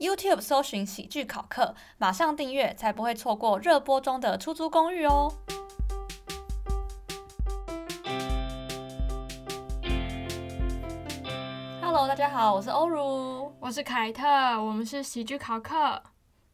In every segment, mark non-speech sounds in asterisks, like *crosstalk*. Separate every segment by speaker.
Speaker 1: YouTube 搜寻喜剧考课，马上订阅，才不会错过热播中的出租公寓哦。Hello，大家好，我是欧如。
Speaker 2: 我是凯特，我们是喜剧考课。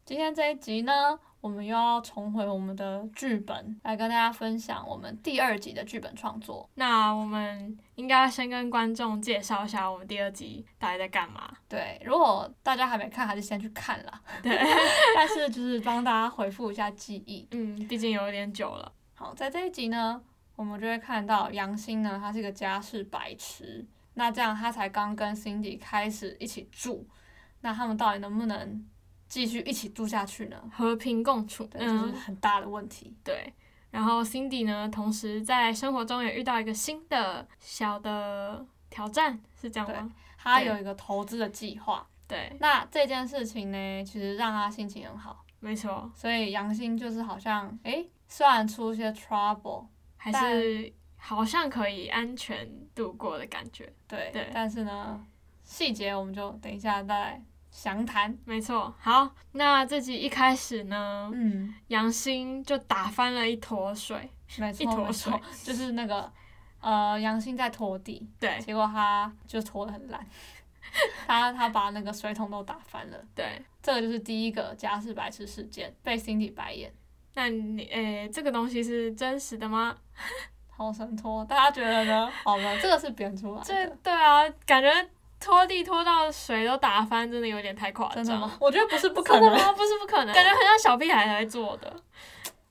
Speaker 1: 今天这一集呢，我们又要重回我们的剧本，来跟大家分享我们第二集的剧本创作。
Speaker 2: 那我们应该先跟观众介绍一下我们第二集到底在干嘛。
Speaker 1: 对，如果大家还没看，还是先去看啦。
Speaker 2: 对，
Speaker 1: *laughs* 但是就是帮大家回复一下记忆。
Speaker 2: 嗯，毕竟有点久了。
Speaker 1: 好，在这一集呢，我们就会看到杨欣呢，她是个家世白痴，那这样她才刚跟 Cindy 开始一起住，那他们到底能不能继续一起住下去呢？
Speaker 2: 和平共处，
Speaker 1: 对，这是
Speaker 2: 嗯，
Speaker 1: 很大的问题。
Speaker 2: 对。然后 Cindy 呢，同时在生活中也遇到一个新的小的挑战，是这样吗？
Speaker 1: 她
Speaker 2: 对
Speaker 1: 有一个投资的计划，
Speaker 2: 对，
Speaker 1: 那这件事情呢，其实让她心情很好，
Speaker 2: 没错，
Speaker 1: 所以杨欣就是好像，诶，虽然出一些 trouble，
Speaker 2: 还是好像可以安全度过的感觉。
Speaker 1: 对，
Speaker 2: 对
Speaker 1: 但是呢，细节我们就等一下再来详谈。
Speaker 2: 没错，好，那这集一开始呢，
Speaker 1: 嗯，
Speaker 2: 杨欣就打翻了一坨水，
Speaker 1: 没
Speaker 2: 一
Speaker 1: 错，
Speaker 2: 坨
Speaker 1: 没
Speaker 2: 水
Speaker 1: 错，就是那个呃，杨欣在拖地，
Speaker 2: 对
Speaker 1: 结果他就拖得很烂， *laughs* 他他把那个水桶都打翻了。
Speaker 2: 对，
Speaker 1: 这个就是第一个家事白痴事件，被 Cindy 白眼，
Speaker 2: 那你诶、这个东西是真实的吗？
Speaker 1: 好神拖，大家觉得呢？好了，这个是编出来
Speaker 2: 这
Speaker 1: 的，
Speaker 2: 对啊，感觉拖地拖到水都打翻，真的有点太夸张。
Speaker 1: 真的吗？？我觉得不是不可
Speaker 2: 真的
Speaker 1: 能，
Speaker 2: 吗？不是不可能，感觉很像小屁孩才做的，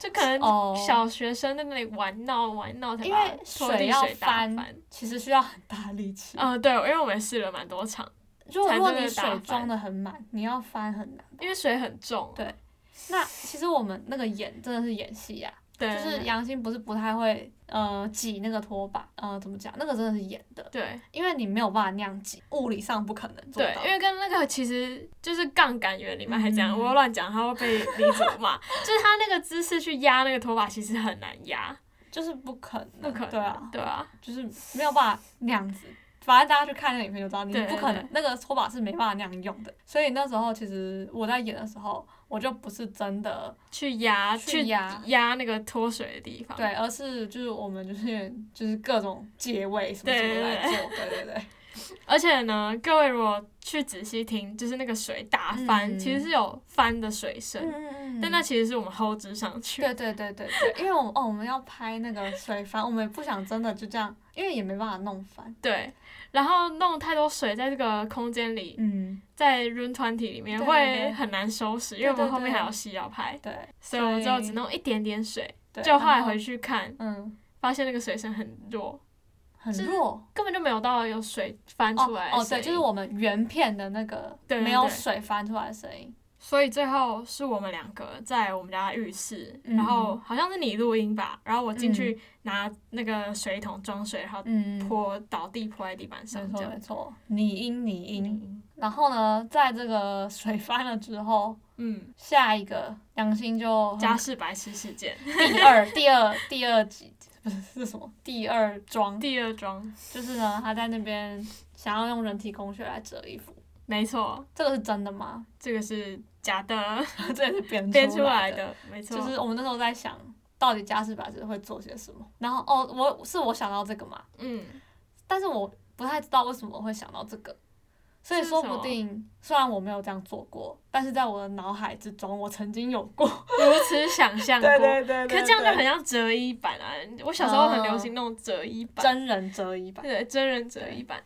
Speaker 2: 就可能
Speaker 1: 哦，
Speaker 2: 小学生在那里玩闹玩闹才
Speaker 1: 因
Speaker 2: 把
Speaker 1: 为
Speaker 2: 拖地
Speaker 1: 水要
Speaker 2: 水打
Speaker 1: 翻
Speaker 2: 翻。
Speaker 1: 其实需要很大力气。
Speaker 2: 嗯、对，因为我们试了蛮多场，
Speaker 1: 啊如果
Speaker 2: 才
Speaker 1: 如果
Speaker 2: 真的
Speaker 1: 你
Speaker 2: 打
Speaker 1: 水
Speaker 2: 翻
Speaker 1: 装的很满，你要翻很难。
Speaker 2: 因为水很重。
Speaker 1: 对那其实我们那个演真的是演戏啊呀、
Speaker 2: 对，
Speaker 1: 就是杨欣不是不太会呃挤那个拖把，呃怎么讲？那个真的是演的，
Speaker 2: 对
Speaker 1: 因为你没有办法那样挤，物理上不可能做
Speaker 2: 对
Speaker 1: 到，
Speaker 2: 因。为跟那个其实就是杠杆原理嘛，还这样，
Speaker 1: 嗯
Speaker 2: 我乱讲，他会被李主
Speaker 1: *laughs*
Speaker 2: 骂。就是他那个姿势去压那个拖把，其实很难压，
Speaker 1: 就是不可能，
Speaker 2: 不可能。
Speaker 1: 对啊，
Speaker 2: 对啊，
Speaker 1: 就是没有办法那样子。反正大家去看那个影片就知道，你
Speaker 2: 对
Speaker 1: 不可能那个拖把是没办法那样用的。所以那时候其实我在演的时候，我就不是真的
Speaker 2: 去压
Speaker 1: 去压
Speaker 2: 压那个脱水的地方。
Speaker 1: 对，而是就是我们就是 *laughs* 有点就是各种借位什么什么
Speaker 2: 对
Speaker 1: 来做，对对对，
Speaker 2: 而且呢，各位如果去仔细听，就是那个水打翻，
Speaker 1: 嗯
Speaker 2: 其实是有翻的水声，
Speaker 1: 嗯
Speaker 2: 但那其实是我们 hold 之上去。
Speaker 1: 对对对对对，因为我们哦，我们要拍那个水翻，我们也不想真的就这样，因为也没办法弄翻。
Speaker 2: 对然后弄太多水在这个空间里，
Speaker 1: 嗯，
Speaker 2: 在 room 团体里面
Speaker 1: 对对
Speaker 2: 会
Speaker 1: 对
Speaker 2: 很难收拾，因
Speaker 1: 对
Speaker 2: 为我们
Speaker 1: 对
Speaker 2: 后面
Speaker 1: 对
Speaker 2: 还有戏要拍，
Speaker 1: 对
Speaker 2: 所以我们
Speaker 1: 所以
Speaker 2: 就只弄一点点水。
Speaker 1: 对。
Speaker 2: 就后来
Speaker 1: 然
Speaker 2: 回去看，
Speaker 1: 嗯，
Speaker 2: 发现那个水声很弱，
Speaker 1: 很
Speaker 2: 就是
Speaker 1: 弱。
Speaker 2: 根本就没有到有水翻
Speaker 1: 哦
Speaker 2: 出来的
Speaker 1: 哦，
Speaker 2: 声
Speaker 1: 对，
Speaker 2: 音
Speaker 1: 就是我们原片的那个
Speaker 2: 对对
Speaker 1: 没有
Speaker 2: 对
Speaker 1: 水翻出来的声音。
Speaker 2: 所以最后是我们两个在我们家浴室，
Speaker 1: 嗯
Speaker 2: 然后好像是你录音吧，然后我进去拿那个水桶装水，然后
Speaker 1: 嗯，
Speaker 2: 泼倒地泼在地板
Speaker 1: 没
Speaker 2: 上，这
Speaker 1: 错
Speaker 2: 样
Speaker 1: 没错，你音你音。
Speaker 2: 嗯
Speaker 1: 然后呢，在这个水翻了之后，
Speaker 2: 嗯，
Speaker 1: 下一个杨欣
Speaker 2: *laughs*
Speaker 1: 就
Speaker 2: 家事白痴事件
Speaker 1: 第二第二第二集不是是什么第二桩，
Speaker 2: 第二桩，
Speaker 1: 就是呢他在那边想要用人体工学来折衣服。
Speaker 2: 没错，
Speaker 1: 这个是真的
Speaker 2: *laughs*
Speaker 1: 吗？
Speaker 2: 这个是假的
Speaker 1: 这也是编
Speaker 2: 编出来
Speaker 1: 来。
Speaker 2: 的，没错，
Speaker 1: 就是我们那时候在想，到底家事白痴会做些什么。然后哦，我是我想到这个嘛，
Speaker 2: 嗯，
Speaker 1: 但是我不太知道为什么我会想到这个，所以
Speaker 2: 是
Speaker 1: 说
Speaker 2: 什
Speaker 1: 不
Speaker 2: 么
Speaker 1: 定虽然我没有这样做过，但是在我的脑海之中，我曾经有
Speaker 2: *laughs*
Speaker 1: 过。
Speaker 2: 如此想象过。
Speaker 1: 对啊
Speaker 2: 可是这样就很像折衣板啊！我小时候很流行那种折衣板，
Speaker 1: 真人折衣版
Speaker 2: 对，真人折衣板。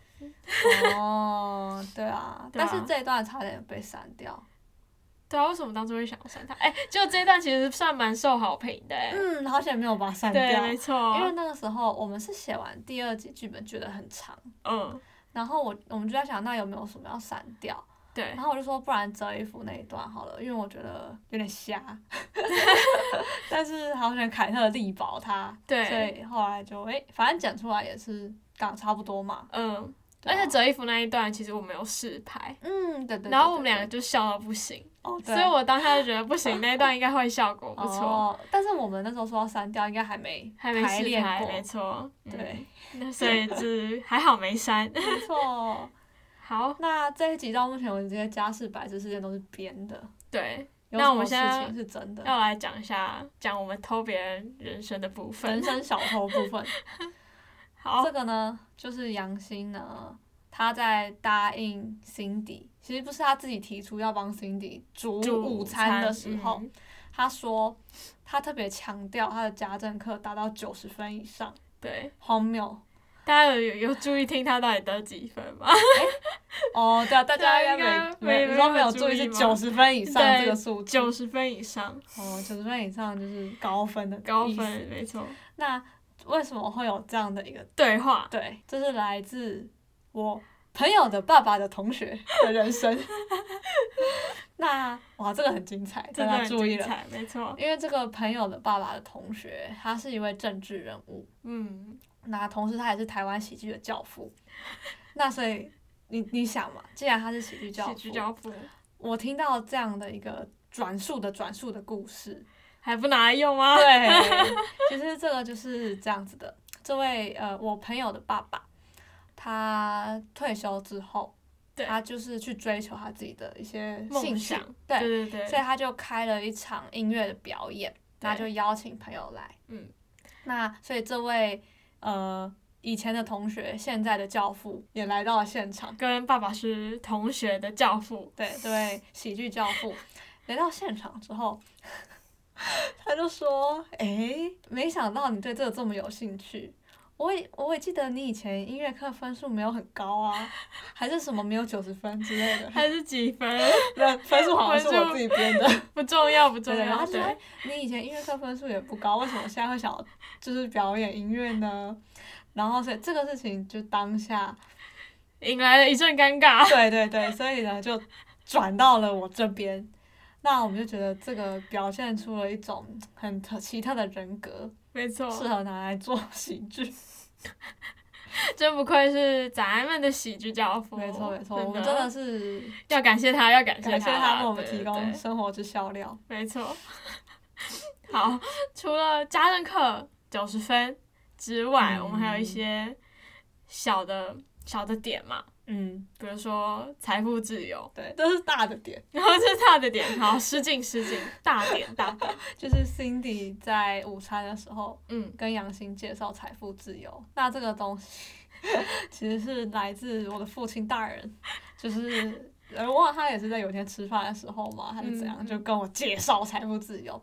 Speaker 1: 哦，对啊，
Speaker 2: 对
Speaker 1: 但
Speaker 2: 啊
Speaker 1: 是这一段差点被删掉。
Speaker 2: 对啊，为什么当初会想要删它？哎、就这一段其实算蛮受好评的、哎
Speaker 1: 嗯，好险没有把它删掉，
Speaker 2: 对，没
Speaker 1: 因为
Speaker 2: 错，
Speaker 1: 那个时候我们是写完第二集剧本觉得很长。
Speaker 2: 嗯，
Speaker 1: 然后我我们就在想，那有没有什么要删掉？
Speaker 2: 对
Speaker 1: 然，后我就说，不然折衣服那一段好了，因为我觉得有点瞎。 *laughs* 但是好像凯特力保他，所
Speaker 2: 对，
Speaker 1: 以后来就诶、反正剪出来也是刚差不多嘛。
Speaker 2: 嗯，
Speaker 1: 对
Speaker 2: 而
Speaker 1: 啊
Speaker 2: 且折衣服那一段其实我没有试拍，
Speaker 1: 嗯，对对对
Speaker 2: 然后我们
Speaker 1: 对
Speaker 2: 两个
Speaker 1: 对
Speaker 2: 就笑到不行，
Speaker 1: 哦，
Speaker 2: 所
Speaker 1: 对
Speaker 2: 以我当下就觉得不行，那一段应该会效果不错，
Speaker 1: 哦。但是我们那时候说要删掉，应该还没
Speaker 2: 还没
Speaker 1: 排
Speaker 2: 试
Speaker 1: 练
Speaker 2: 拍，
Speaker 1: 过
Speaker 2: 没。错，嗯
Speaker 1: 对，
Speaker 2: 嗯那所以就是还好没删，
Speaker 1: 没错。
Speaker 2: *laughs* 好，
Speaker 1: 那这一集到目前为止，这些家事白痴事件都是编的，
Speaker 2: 对，
Speaker 1: 有
Speaker 2: 那
Speaker 1: 什
Speaker 2: 我
Speaker 1: 么
Speaker 2: 们
Speaker 1: 事
Speaker 2: 现在
Speaker 1: 情是真的？
Speaker 2: 要来讲一下讲我们偷别人人生的部分
Speaker 1: 人。生小偷部分，
Speaker 2: 好，
Speaker 1: 这个呢，就是杨欣呢，她在答应 Cindy，其实不是她自己提出要帮 Cindy 煮
Speaker 2: 煮
Speaker 1: 午餐的时候，
Speaker 2: 嗯
Speaker 1: 她说她特别强调她的家政课达到九十分以上，
Speaker 2: 对，
Speaker 1: 荒谬。
Speaker 2: 大家有有有注意听他到底得几分吗？
Speaker 1: 哦，对啊，大家应该
Speaker 2: 应该
Speaker 1: 没
Speaker 2: 没
Speaker 1: 没你说没有
Speaker 2: 没有
Speaker 1: 注意
Speaker 2: 注
Speaker 1: 是
Speaker 2: 意吗
Speaker 1: 九十分以上
Speaker 2: 对
Speaker 1: 这个数字，
Speaker 2: 九十分以上，
Speaker 1: 哦，九十分以上就是高分的
Speaker 2: 高
Speaker 1: 意思
Speaker 2: 分，没错。
Speaker 1: 那为什么会有这样的一个？
Speaker 2: 对话，
Speaker 1: 对，这是来自我朋友的爸爸的同学的人生。 *laughs* 那哇，这个很精彩，
Speaker 2: 这
Speaker 1: 大
Speaker 2: 段
Speaker 1: 家
Speaker 2: 很
Speaker 1: 注意
Speaker 2: 精
Speaker 1: 了。
Speaker 2: 彩，没错。
Speaker 1: 因为这个朋友的爸爸的同学，他是一位政治人物，
Speaker 2: 嗯，
Speaker 1: 那同时他也是台湾喜剧的教父。 *laughs* 那所以你你想嘛，既然他是喜剧教
Speaker 2: 喜
Speaker 1: 父，
Speaker 2: 剧教父
Speaker 1: 我听到这样的一个转述的转述的故事，
Speaker 2: 还不拿来用 *laughs* 吗？
Speaker 1: 对，其实这个就是这样子的。这位呃，我朋友的爸爸，他退休之后，
Speaker 2: 对
Speaker 1: 他就是去追求他自己的一些兴
Speaker 2: 梦
Speaker 1: 趣
Speaker 2: 想，，
Speaker 1: 对，
Speaker 2: 对对
Speaker 1: 所以
Speaker 2: 对，
Speaker 1: 他就开了一场音乐的表演，
Speaker 2: 对
Speaker 1: 那就邀请朋友来。
Speaker 2: 嗯，
Speaker 1: 那所以这位呃以前的同学，现在的教父也来到了现场。
Speaker 2: 跟爸爸是同学的
Speaker 1: *laughs*
Speaker 2: 教父，。
Speaker 1: 对，这位喜剧教父来到现场之后， *laughs* 他就说：“诶，没想到你对这个这么有兴趣。我也我也记得你以前音乐课分数没有很高啊，还是什么没有九十分之类的
Speaker 2: 还是
Speaker 1: *laughs*
Speaker 2: 几分
Speaker 1: 那分数好像是我自己编的。
Speaker 2: 不重要，不重
Speaker 1: 对 *laughs* 对，然后他
Speaker 2: 要，
Speaker 1: 就说
Speaker 2: 对
Speaker 1: 诶你以前音乐课分数也不高，为什么现在会想要就是表演音乐呢？然后所以这个事情就当下，
Speaker 2: 引来了一阵尴
Speaker 1: *laughs*
Speaker 2: 尬。
Speaker 1: 对对对，所以呢就转到了我这边。那我们就觉得这个表现出了一种很特奇特的人格，
Speaker 2: 没错，
Speaker 1: 适合拿来做喜剧。
Speaker 2: 真不愧是咱们的喜剧教父，
Speaker 1: 没错没错，我们哦真的是
Speaker 2: 要感谢他，要感
Speaker 1: 感谢
Speaker 2: 他
Speaker 1: 他
Speaker 2: 啦
Speaker 1: 为我们
Speaker 2: 对
Speaker 1: 提
Speaker 2: 对
Speaker 1: 供
Speaker 2: 对
Speaker 1: 生活之笑料。
Speaker 2: 没错。 *laughs* 好，除了家政课九十分之外，
Speaker 1: 嗯
Speaker 2: 我们还有一些小的小的点嘛，
Speaker 1: 嗯，
Speaker 2: 比如说财富自由，
Speaker 1: 对，这是大的点，
Speaker 2: 然后这是大的点，好，失敬失 *laughs* 敬，大点大点，
Speaker 1: 就是 Cindy 在午餐的时候
Speaker 2: 嗯，
Speaker 1: 跟杨欣介绍财富自由。那这个东西 *laughs* 其实是来自我的父亲大人，就是呃，我忘了他也是在有一天吃饭的时候嘛，还是怎样，
Speaker 2: 嗯
Speaker 1: 就跟我介绍财富自由。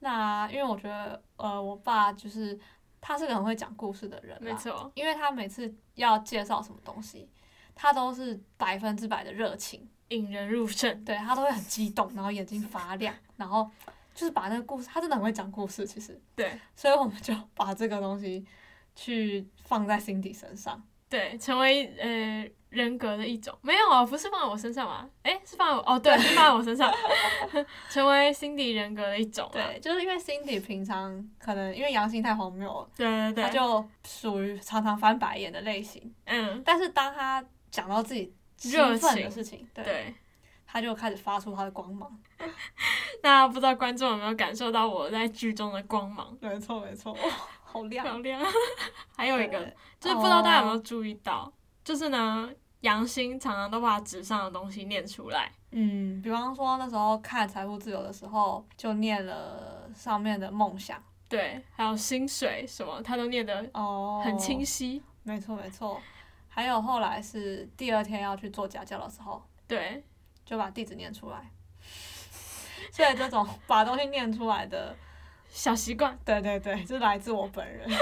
Speaker 1: 那因为我觉得，呃，我爸就是他是个很会讲故事的人
Speaker 2: 没
Speaker 1: 啦，
Speaker 2: 错，
Speaker 1: 因为他每次要介绍什么东西，他都是百分之百的热情，
Speaker 2: 引人入胜，
Speaker 1: 对他都会很激动，然后眼睛发亮，然后就是把那个故事，他真的很会讲故事，其实。
Speaker 2: 对
Speaker 1: *laughs* 所以我们就把这个东西去放在 Cindy 身上。
Speaker 2: 对，成为呃人格的一种，没有啊，不是放在我身上嘛，诶，是放在我哦，对，是放在我身上， *laughs* 成为 Cindy 人格的一种啊，
Speaker 1: 对，就是因为 Cindy 平常可能因为阳性太荒谬了，
Speaker 2: 对对
Speaker 1: 他
Speaker 2: 对，
Speaker 1: 就属于常常翻白眼的类型。
Speaker 2: 嗯，
Speaker 1: 但是当他讲到自己
Speaker 2: 热
Speaker 1: 兴奋的
Speaker 2: 情
Speaker 1: 事情，对，
Speaker 2: 对。
Speaker 1: 他就开始发出他的光芒。
Speaker 2: *laughs* 那不知道观众有没有感受到我在剧中的光芒？
Speaker 1: 没错，没错，哇，好
Speaker 2: 漂
Speaker 1: 亮！
Speaker 2: 亮。 *laughs* 还有一个
Speaker 1: 对，
Speaker 2: 就是不知道大家有没有
Speaker 1: 哦
Speaker 2: 注意到就是呢，杨欣常常都把纸上的东西念出来。
Speaker 1: 嗯，比方说那时候看《财富自由》的时候，就念了上面的梦想，
Speaker 2: 对，还有薪水什么，他都念得
Speaker 1: 哦，
Speaker 2: 很清晰。
Speaker 1: 没错，没错。还有后来是第二天要去做家教的时候，
Speaker 2: 对，
Speaker 1: 就把地址念出
Speaker 2: *laughs*
Speaker 1: 来。所以这种把东西念出来的，
Speaker 2: 小习惯，
Speaker 1: 对对对，是来自我本人。 *laughs*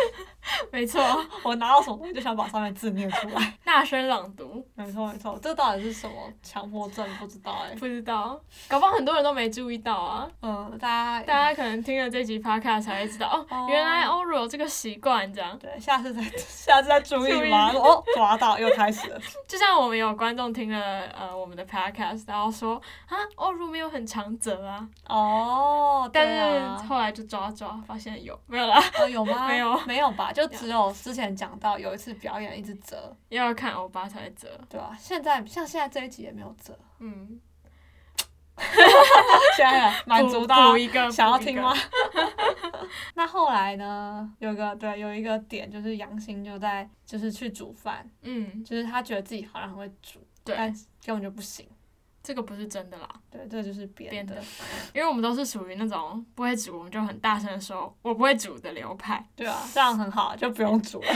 Speaker 2: 没错， *laughs*
Speaker 1: 我拿到什么东西就想把上面字念出来。 *laughs*
Speaker 2: 大声朗读。
Speaker 1: 没错没错，这到底是什么强迫症？不知道哎、
Speaker 2: 不知道，搞不好很多人都没注意到啊。
Speaker 1: 嗯，大家
Speaker 2: 大家可能听了这集 podcast 才会知道哦，
Speaker 1: 哦
Speaker 2: 原来欧若有这个习惯，这样。
Speaker 1: 对，下次再 *laughs* 下次再注
Speaker 2: 注
Speaker 1: 意
Speaker 2: 意
Speaker 1: 吧。哦，抓到又开
Speaker 2: *laughs*
Speaker 1: 始了。
Speaker 2: 就像我们有观众听了呃我们的 podcast，然后说啊欧如没有很长则啊，
Speaker 1: 哦，对
Speaker 2: 但是
Speaker 1: 啊，
Speaker 2: 后来就抓抓发现有没有啦， *laughs*
Speaker 1: 哦有吗？
Speaker 2: 没有
Speaker 1: 没有吧？就只有之前讲到有一次表演一直折，
Speaker 2: 要看欧巴才会折，
Speaker 1: 对吧、现在像现在这一集也没有折，
Speaker 2: 嗯，
Speaker 1: *laughs* 现 *laughs* 在满足
Speaker 2: 补
Speaker 1: 到
Speaker 2: 补一 *laughs* 个
Speaker 1: 想要
Speaker 2: 补一
Speaker 1: 听
Speaker 2: 个
Speaker 1: 吗？ *laughs* 那后来呢？有一个对，有一个点就是杨欣就在就是去煮饭，
Speaker 2: 嗯，
Speaker 1: 就是他觉得自己好像很会煮，
Speaker 2: 对
Speaker 1: 但根本就不行。
Speaker 2: 这个不是真的啦，
Speaker 1: 对，这就是编
Speaker 2: 编
Speaker 1: 的
Speaker 2: 的。因为我们都是属于那种不会煮，我们就很大声地说“我不会煮”的流派。 *laughs*
Speaker 1: 对啊，这样很好，就不用煮 *laughs* 了。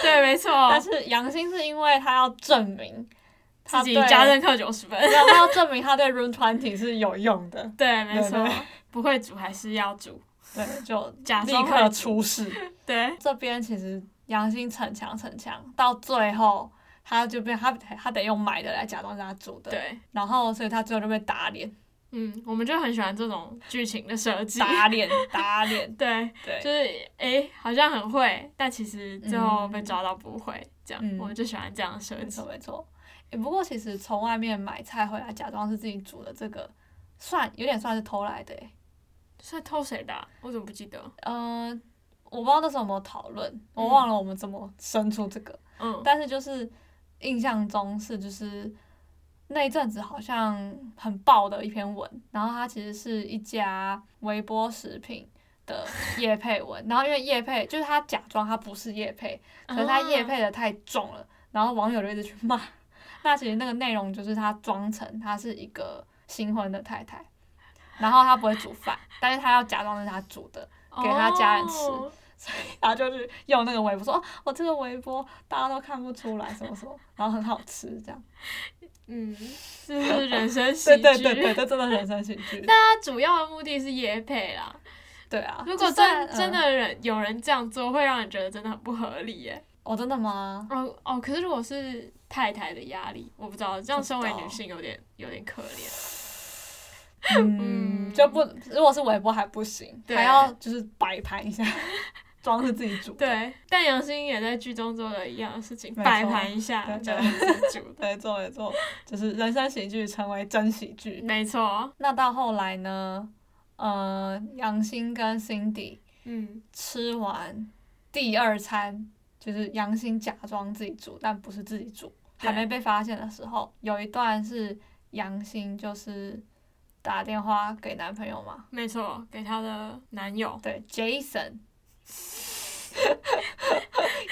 Speaker 2: 对，没错，
Speaker 1: 但是杨欣是因为他要证明他
Speaker 2: 自己
Speaker 1: 啊对，
Speaker 2: 加任课九十分。 *laughs*
Speaker 1: 没有他要证明他对 Room Twenty 是有用的，
Speaker 2: 对，没错
Speaker 1: 对，
Speaker 2: 不会煮还是要煮。
Speaker 1: 对，就 *laughs*
Speaker 2: 假
Speaker 1: 立
Speaker 2: 装
Speaker 1: 刻
Speaker 2: 会
Speaker 1: 出事。
Speaker 2: 对，
Speaker 1: 这边其实杨欣逞强逞强，到最后他就被他他得用买的来假装是他煮的，
Speaker 2: 对，
Speaker 1: 然后所以他最后就被打
Speaker 2: *laughs*
Speaker 1: 脸，
Speaker 2: 嗯，我们就很喜欢这种剧情的设计。
Speaker 1: 打脸，打脸，
Speaker 2: *laughs* 对，
Speaker 1: 对。
Speaker 2: *laughs* 就是诶，好像很会，但其实最后被抓到不会，这样
Speaker 1: 嗯
Speaker 2: 我们就喜欢这样的设
Speaker 1: 没
Speaker 2: 计
Speaker 1: 错。没错。诶不过其实从外面买菜回来假装是自己煮的，这个算有点算是偷来的、欸。
Speaker 2: 是偷谁的啊、我怎么不记得？
Speaker 1: 嗯、我不知道那时候有没有讨论，我忘了我们怎么生出这个，
Speaker 2: 嗯，
Speaker 1: 但是就是印象中是就是。那一阵子好像很爆的一篇文，然后它其实是一家微波食品的叶配文，然后因为叶配就是他假装他不是叶配，可是他夜
Speaker 2: 啊
Speaker 1: 配的太重了，然后网友就一直去骂。那其实那个内容就是他装成他是一个新婚的太太，然后他不会煮饭，但是他要假装是他煮的，给他家人吃
Speaker 2: 啊哦
Speaker 1: 然后就是用那个微波说，哦，我这个微波大家都看不出来什么什么，然后很好吃这样。
Speaker 2: 嗯，这 *laughs* 是人生喜
Speaker 1: *laughs* 对
Speaker 2: 剧。
Speaker 1: 对对对，这真的是人生喜剧。
Speaker 2: 它主要的目的是夜配啦。
Speaker 1: 对啊，
Speaker 2: 如果
Speaker 1: 就算
Speaker 2: 真真，
Speaker 1: 嗯
Speaker 2: 的人有人这样做，会让人觉得真的很不合理耶。
Speaker 1: 哦，真的吗？
Speaker 2: 哦哦，可是如果是太太的压力，我不知道，这样
Speaker 1: 不知道
Speaker 2: 身为女性有点有点可怜。
Speaker 1: 嗯，就不，如果是微波还不行，
Speaker 2: 对
Speaker 1: 还要就是摆盘一下，装是自己煮的。
Speaker 2: 对，但杨欣也在剧中做了一样的事情，
Speaker 1: 没错
Speaker 2: 摆盘一下
Speaker 1: 对
Speaker 2: 就自主的。
Speaker 1: 没错没错，就是人生喜剧成为真喜剧。
Speaker 2: 没错，
Speaker 1: 那到后来呢，呃，杨欣跟 Cindy
Speaker 2: 嗯，
Speaker 1: 吃完第二餐，就是杨欣假装自己煮，但不是自己煮，
Speaker 2: 对
Speaker 1: 还没被发现的时候，有一段是杨欣就是打电话给男朋友嘛，
Speaker 2: 没错，给她的男友，
Speaker 1: 对，Jason，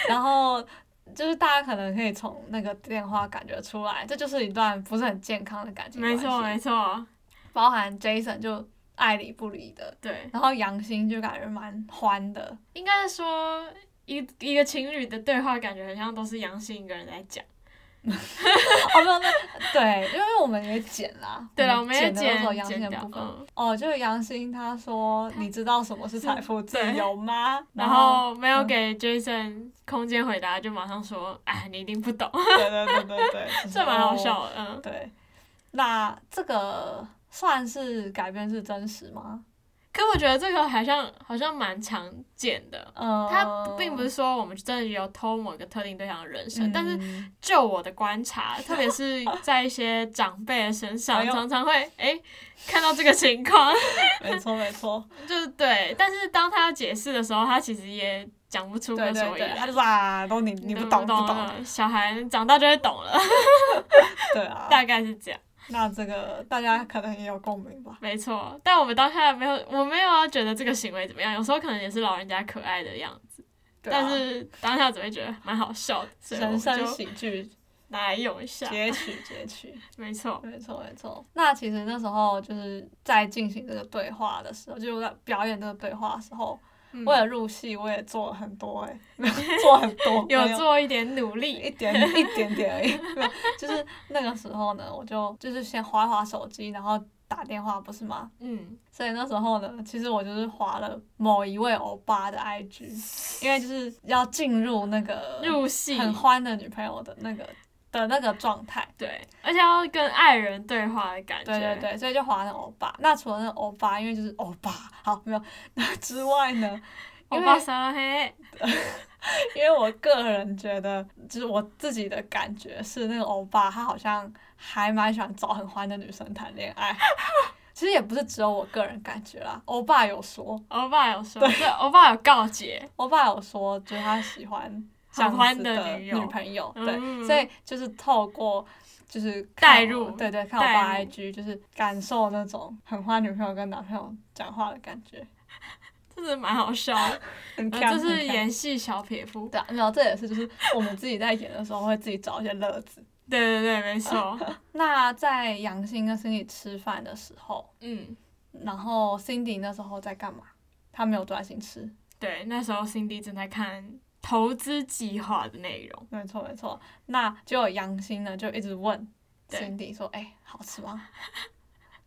Speaker 1: 然后。就是大家可能可以从那个电话感觉出来，这就是一段不是很健康的感情
Speaker 2: 没
Speaker 1: 关系。
Speaker 2: 错没错，
Speaker 1: 包含 Jason 就爱理不理的，
Speaker 2: 对，
Speaker 1: 然后杨欣就感觉蛮欢的，
Speaker 2: 应该是说一一个情侣的对话，感觉很像都是杨欣一个人在讲。
Speaker 1: 哦，没有，那对，因为我们也剪啦，
Speaker 2: 对了，我们也
Speaker 1: 嗯剪的
Speaker 2: 剪
Speaker 1: 时候杨欣
Speaker 2: 剪
Speaker 1: 的
Speaker 2: 掉
Speaker 1: 部，分，
Speaker 2: 嗯，
Speaker 1: 哦，就是杨欣她说，你知道什么是财富自由吗？
Speaker 2: 然 *laughs* 后嗯没有给 Jason 空间回答，就马上说，哎，你一定不懂，
Speaker 1: 对对对对
Speaker 2: *laughs*
Speaker 1: 对，就是
Speaker 2: 这蛮好。
Speaker 1: 哦
Speaker 2: 笑的，嗯，
Speaker 1: 对，那这个算是改编是真实吗？
Speaker 2: 可我觉得这个好像好像蛮常见的。
Speaker 1: 嗯，
Speaker 2: 他并不是说我们真的有偷某个特定对象的人生，
Speaker 1: 嗯，
Speaker 2: 但是就我的观察，特别是在一些长辈的身
Speaker 1: 哎
Speaker 2: 上，
Speaker 1: 呦
Speaker 2: 常常会哎、看到这个情况，
Speaker 1: 没错没
Speaker 2: *laughs*
Speaker 1: 错，
Speaker 2: 就是对。但是当他解释的时候，他其实也讲不出
Speaker 1: 对
Speaker 2: 个所
Speaker 1: 对
Speaker 2: 以
Speaker 1: 对，
Speaker 2: 然。
Speaker 1: 他就说啊，都你你
Speaker 2: 你
Speaker 1: 不
Speaker 2: 懂
Speaker 1: 懂
Speaker 2: 懂啊
Speaker 1: 懂，
Speaker 2: 了，小孩长大就会懂了，
Speaker 1: 对啊，
Speaker 2: 大概是这样，
Speaker 1: 那这个大家可能也有共鸣吧。
Speaker 2: 没错。但我们当下没有，我没有要觉得这个行为怎么样，有时候可能也是老人家可爱的样子，
Speaker 1: 对啊
Speaker 2: 但是当下只会觉得蛮好笑的，所以我
Speaker 1: 人
Speaker 2: 们
Speaker 1: 生
Speaker 2: 就
Speaker 1: 喜剧
Speaker 2: 拿来用一下，
Speaker 1: 截取截取，
Speaker 2: 没错，
Speaker 1: 没错没错。那其实那时候就是在进行这个对话的时候，就是在表演这个对话的时候，
Speaker 2: 嗯
Speaker 1: 为了入戏，我也做了很多哎、做很多，没
Speaker 2: 有做一点努力，
Speaker 1: 一点一点点而已。没有就是那个时候呢，我就就是先划划手机，然后打电话，不是吗？
Speaker 2: 嗯，
Speaker 1: 所以那时候呢，其实我就是划了某一位欧巴的 IG，因为就是要进入那个
Speaker 2: 入戏，
Speaker 1: 很欢的女朋友的那个的那个状态。
Speaker 2: 对，而且要跟爱人对话的感觉，
Speaker 1: 对对，对，所以就划成欧巴。那除了那个欧巴，因为就是欧巴，好没有那之外呢，
Speaker 2: 欧
Speaker 1: 因
Speaker 2: 巴
Speaker 1: 为
Speaker 2: 桑嘿，
Speaker 1: 因为我个人觉得，就是我自己的感觉是，那个欧巴他好像还蛮喜欢找很欢的女生谈恋爱。 *laughs* 其实也不是只有我个人感觉啦，欧巴有说，
Speaker 2: 欧巴有说，对，欧巴有告解，
Speaker 1: 欧巴有说，就是他喜欢这样
Speaker 2: 很欢
Speaker 1: 子
Speaker 2: 的
Speaker 1: 的
Speaker 2: 女
Speaker 1: 女
Speaker 2: 友
Speaker 1: 朋友，
Speaker 2: 嗯
Speaker 1: 对，所以就是透过就是看
Speaker 2: 带
Speaker 1: 我
Speaker 2: 入
Speaker 1: 对对，看我
Speaker 2: 带
Speaker 1: 爸
Speaker 2: 入
Speaker 1: IG，就是感受那种很欢女朋友跟男朋友讲话的感觉。
Speaker 2: 真的蛮好笑
Speaker 1: *laughs*
Speaker 2: 的，
Speaker 1: 很
Speaker 2: 呃
Speaker 1: 强，
Speaker 2: 这是
Speaker 1: 很强
Speaker 2: 演戏小撇步，
Speaker 1: 对啊，没有，这也是就是我们自己在演的时候会自己找一些乐子，
Speaker 2: 对对对，没错。
Speaker 1: 那在杨欣跟 Cindy 吃饭的时候，
Speaker 2: *laughs* 嗯，
Speaker 1: 然后 Cindy 那时候在干嘛？她没有专心吃，
Speaker 2: 对，那时候 Cindy 正在看投资计划的内容，
Speaker 1: 没错没错。那就杨欣呢，就一直问
Speaker 2: 对
Speaker 1: Cindy 说：“哎、好吃吗？” *laughs*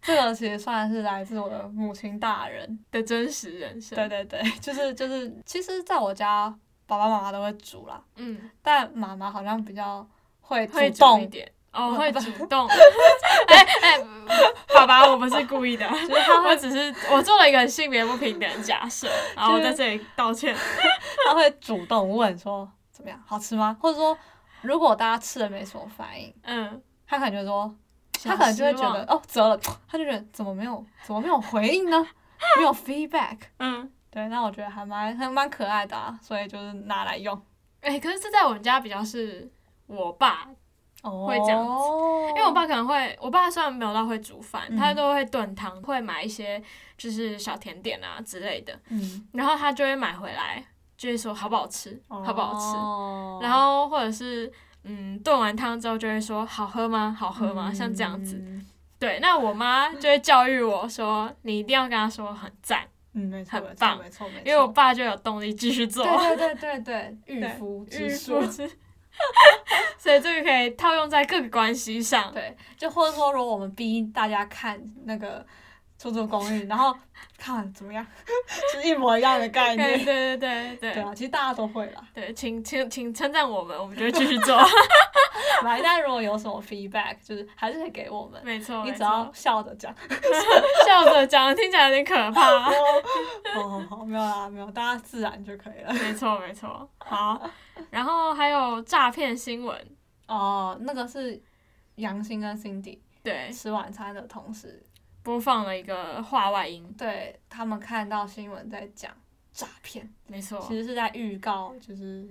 Speaker 1: 这个其实算是来自我的母亲大人，
Speaker 2: 的真实人生。
Speaker 1: 对，对对，就是就是，其实在我家爸爸妈妈都会煮啦，
Speaker 2: 嗯，
Speaker 1: 但妈妈好像比较会主
Speaker 2: 会
Speaker 1: 动
Speaker 2: 主一点。哦，
Speaker 1: 不 *laughs*
Speaker 2: 会主动。 *laughs* 哎哎，爸爸，我不是故意的，
Speaker 1: *laughs* 就是他
Speaker 2: 我
Speaker 1: 会
Speaker 2: 只是我做了一个性别不平等的假设，然后我在这里道歉。
Speaker 1: 他会主动问说怎么样，好吃吗？或者说如果大家吃了没什么反应，
Speaker 2: 嗯，
Speaker 1: 他可能就说他
Speaker 2: 小
Speaker 1: 可能就会
Speaker 2: 失
Speaker 1: 觉得
Speaker 2: 望，
Speaker 1: 哦折了，他就觉得怎么没有怎么没有回应呢？没有 feedback。
Speaker 2: 嗯，
Speaker 1: 对，那我觉得还蛮还蛮可爱的啊，所以就是拿来用。
Speaker 2: 哎，可是这在我们家比较是我爸
Speaker 1: 哦
Speaker 2: 会这样子
Speaker 1: 因
Speaker 2: 因为我爸可能会，我爸虽然没有到会煮饭，
Speaker 1: 嗯
Speaker 2: 他都会炖汤，会买一些就是小甜点啊之类的，
Speaker 1: 嗯，
Speaker 2: 然后他就会买回来，就会说好不好吃，好不好吃，
Speaker 1: 哦
Speaker 2: 然后或者是嗯炖完汤之后就会说好喝吗？好喝吗？
Speaker 1: 嗯
Speaker 2: 像这样子，对，那我妈就会教育我说你一定要跟他说很赞，
Speaker 1: 嗯，没错，
Speaker 2: 很
Speaker 1: 没错，
Speaker 2: 棒
Speaker 1: 没错，没错。
Speaker 2: 因为我爸就有动力继续做。
Speaker 1: 对对对对对，
Speaker 2: *laughs*
Speaker 1: 御夫
Speaker 2: 预
Speaker 1: 之术
Speaker 2: 付。之 *laughs* 所以这个可以套用在各个关系上。
Speaker 1: 对，就或者说，如果我们逼大家看那个《出租公寓》，然后看完怎么样， *laughs* 是一模一样的概
Speaker 2: 对
Speaker 1: *laughs* 念。
Speaker 2: 对对对对
Speaker 1: 对啊，其实大家都会啦。 *laughs*
Speaker 2: 对，请请请称赞我们，我们就会继续做。 *laughs*
Speaker 1: 来，但如果有什么 feedback，就是还是可以给我们。
Speaker 2: 没错，
Speaker 1: 你只
Speaker 2: 没
Speaker 1: 要
Speaker 2: 错
Speaker 1: 笑着
Speaker 2: *laughs*
Speaker 1: 讲。
Speaker 2: 笑着讲，听起来有点可怕。 *laughs*
Speaker 1: 好好好，没有啦，没有，大家自然就可以了。 *laughs*
Speaker 2: 没错，没错。好，然后还有诈骗新闻，
Speaker 1: 哦，那个是杨欣跟 Cindy
Speaker 2: 对，
Speaker 1: 吃晚餐的同时，
Speaker 2: 播放了一个话外音，
Speaker 1: 对他们看到新闻在讲诈骗，
Speaker 2: 没错
Speaker 1: 其实是在预告，就是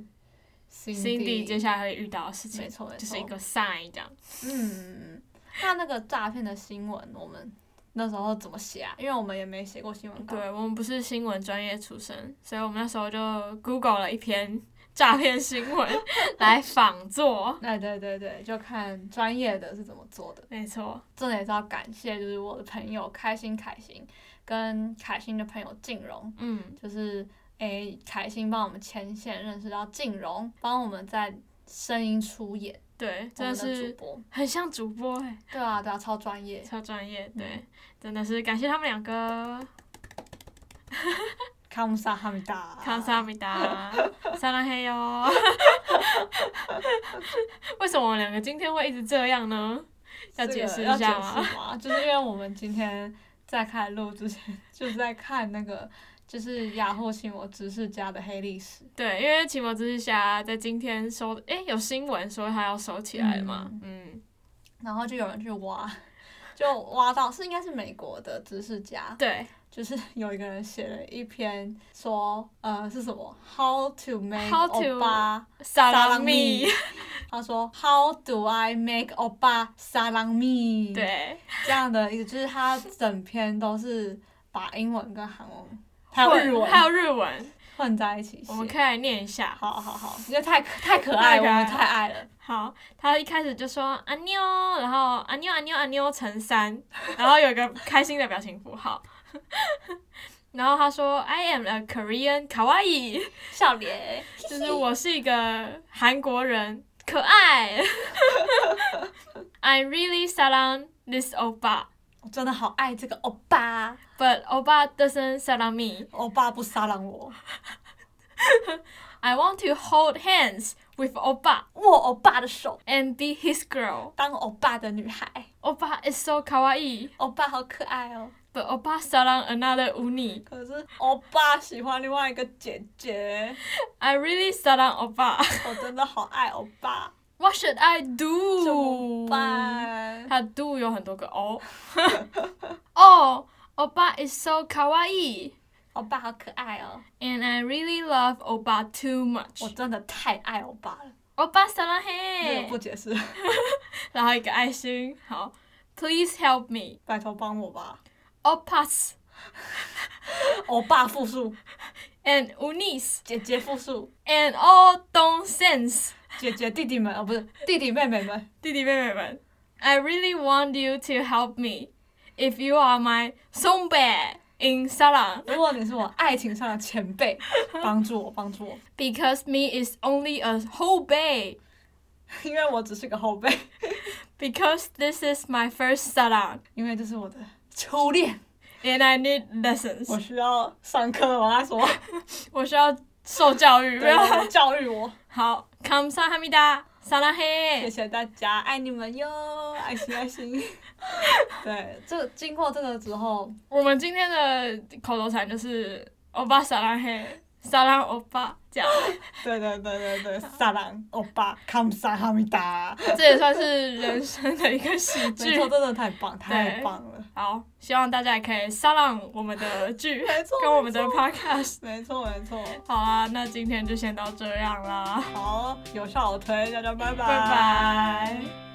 Speaker 2: ，Cindy 接下来会遇到的事情
Speaker 1: 没，错没错，
Speaker 2: 就是一个 sign 这样。
Speaker 1: 嗯，那那个诈骗的新闻，我们那时候怎么写啊？因为我们也没写过新闻稿。
Speaker 2: 对我们不是新闻专业出身，所以我们那时候就 Google 了一篇诈骗
Speaker 1: *laughs*
Speaker 2: 新闻来仿作。
Speaker 1: 对对对对，就看专业的是怎么做的。
Speaker 2: 没错，
Speaker 1: 真的也是要感谢，就是我的朋友开心凯欣跟凯欣的朋友静荣，
Speaker 2: 嗯，
Speaker 1: 就是诶，凯欣帮我们牵线认识到静荣，帮我们在声音出演，
Speaker 2: 对，
Speaker 1: 我
Speaker 2: 真
Speaker 1: 们
Speaker 2: 的
Speaker 1: 的主
Speaker 2: 是
Speaker 1: 播。
Speaker 2: 很像主播哎、
Speaker 1: 对啊对啊，超专业。
Speaker 2: 超专业，
Speaker 1: 嗯
Speaker 2: 对，真的是感谢他们两
Speaker 1: 啊
Speaker 2: 个，
Speaker 1: 卡姆萨哈米达，
Speaker 2: 康萨米达，萨拉黑哟。 *laughs* 为什么我们两个今天会一直这样呢？要
Speaker 1: 这
Speaker 2: 解
Speaker 1: 个
Speaker 2: 释一
Speaker 1: 要
Speaker 2: 下
Speaker 1: 解
Speaker 2: 吗
Speaker 1: 释吗？ *laughs* 就是因为我们今天在开录之前，就是在看那个就是雅虎新闻知识家的黑历史。
Speaker 2: 对，因为奇摩之侠在今天收，诶、有新闻说他要收起来了嘛？嗯，
Speaker 1: 然后就有人去挖，就挖到是应该是美国的知识家，
Speaker 2: 对，
Speaker 1: 就是 *laughs* 有一个人写了一篇说，呃，是什么？How to make
Speaker 2: How to-
Speaker 1: Oba
Speaker 2: 萨
Speaker 1: salami？他 *laughs* 说 How do I make Oba salami？，
Speaker 2: 对，
Speaker 1: 这样的意思就是他整篇都是把英文跟韩文还有
Speaker 2: 混
Speaker 1: 日文
Speaker 2: 还有日文，
Speaker 1: 混在一起写
Speaker 2: 我。们可以来念一下。
Speaker 1: 好好好，因为太可太可爱，
Speaker 2: 太
Speaker 1: 我
Speaker 2: 可爱
Speaker 1: 们太爱了。
Speaker 2: 好，他一开始就说阿妞，然后阿妞阿妞阿妞乘三，然后有一个开心的表情符号， *laughs* 然后他说 I am a Korean kawaii， *laughs*
Speaker 1: 笑脸，
Speaker 2: 就是我是一个韩国人，可爱。I really salam this oppa,
Speaker 1: 我真的好爱这个欧巴，
Speaker 2: but oppa doesn't salam me.
Speaker 1: 欧巴不撒浪我，
Speaker 2: I want to hold hands with oppa
Speaker 1: 握欧巴的手，
Speaker 2: and be his girl.
Speaker 1: 当欧巴的女孩，
Speaker 2: oppa is so kawaii,
Speaker 1: 欧巴好可爱哦。
Speaker 2: but oppa salam another uni.
Speaker 1: 可是欧巴喜欢另外一个姐姐，
Speaker 2: I really salam oppa.
Speaker 1: 我真的好爱欧巴，
Speaker 2: *laughs* What should I
Speaker 1: 怎
Speaker 2: do?
Speaker 1: 么办？
Speaker 2: 它 do 有很多个 o。oh, oppa is so kawaii,
Speaker 1: 欧巴好可爱哦，
Speaker 2: and I really love oppa too
Speaker 1: 我
Speaker 2: much.
Speaker 1: 真的太爱欧巴了。
Speaker 2: oppa salam
Speaker 1: 这
Speaker 2: hey，
Speaker 1: 个不解释，
Speaker 2: 然后一个爱心，好。Please help me,
Speaker 1: 拜托帮我吧。
Speaker 2: oppas
Speaker 1: 欧巴复数，
Speaker 2: and unis
Speaker 1: 姐姐复数，
Speaker 2: and all don't sense
Speaker 1: 姐姐弟弟们哦，不是弟弟妹妹们，
Speaker 2: 弟弟妹妹们，I really want you to help me if you are my songbei in Salang
Speaker 1: 如果你是我爱情上的前辈，帮助我，帮助我，
Speaker 2: because me is only a whole bay
Speaker 1: 因为我只是个后辈，
Speaker 2: because this is my first Salang
Speaker 1: 因为这是我的初恋，
Speaker 2: and I need lessons
Speaker 1: 我需要上课吗？他说，
Speaker 2: 我需要受教育，不
Speaker 1: 对
Speaker 2: 要
Speaker 1: 教育我，
Speaker 2: *laughs* 好，come 上哈密达，撒拉
Speaker 1: 谢
Speaker 2: 嘿，
Speaker 1: 谢大家，爱你们哟，爱心爱心。对，这经过这个之后，
Speaker 2: 我们今天的口头禅就是欧巴撒拉嘿，撒拉欧巴这
Speaker 1: *laughs*
Speaker 2: 样，
Speaker 1: 对对对对对，萨朗欧巴康萨哈密达，
Speaker 2: 这也算是人生的一个喜
Speaker 1: 没
Speaker 2: 剧
Speaker 1: 错，。真的太棒，太棒了，
Speaker 2: 好，希望大家也可以撒浪我们的剧，
Speaker 1: 没错，
Speaker 2: 跟我们的
Speaker 1: 没错
Speaker 2: podcast。
Speaker 1: 没错没错，
Speaker 2: 好啦，那今天就先到这样啦，
Speaker 1: 好，有效我推，大家拜拜
Speaker 2: 拜拜。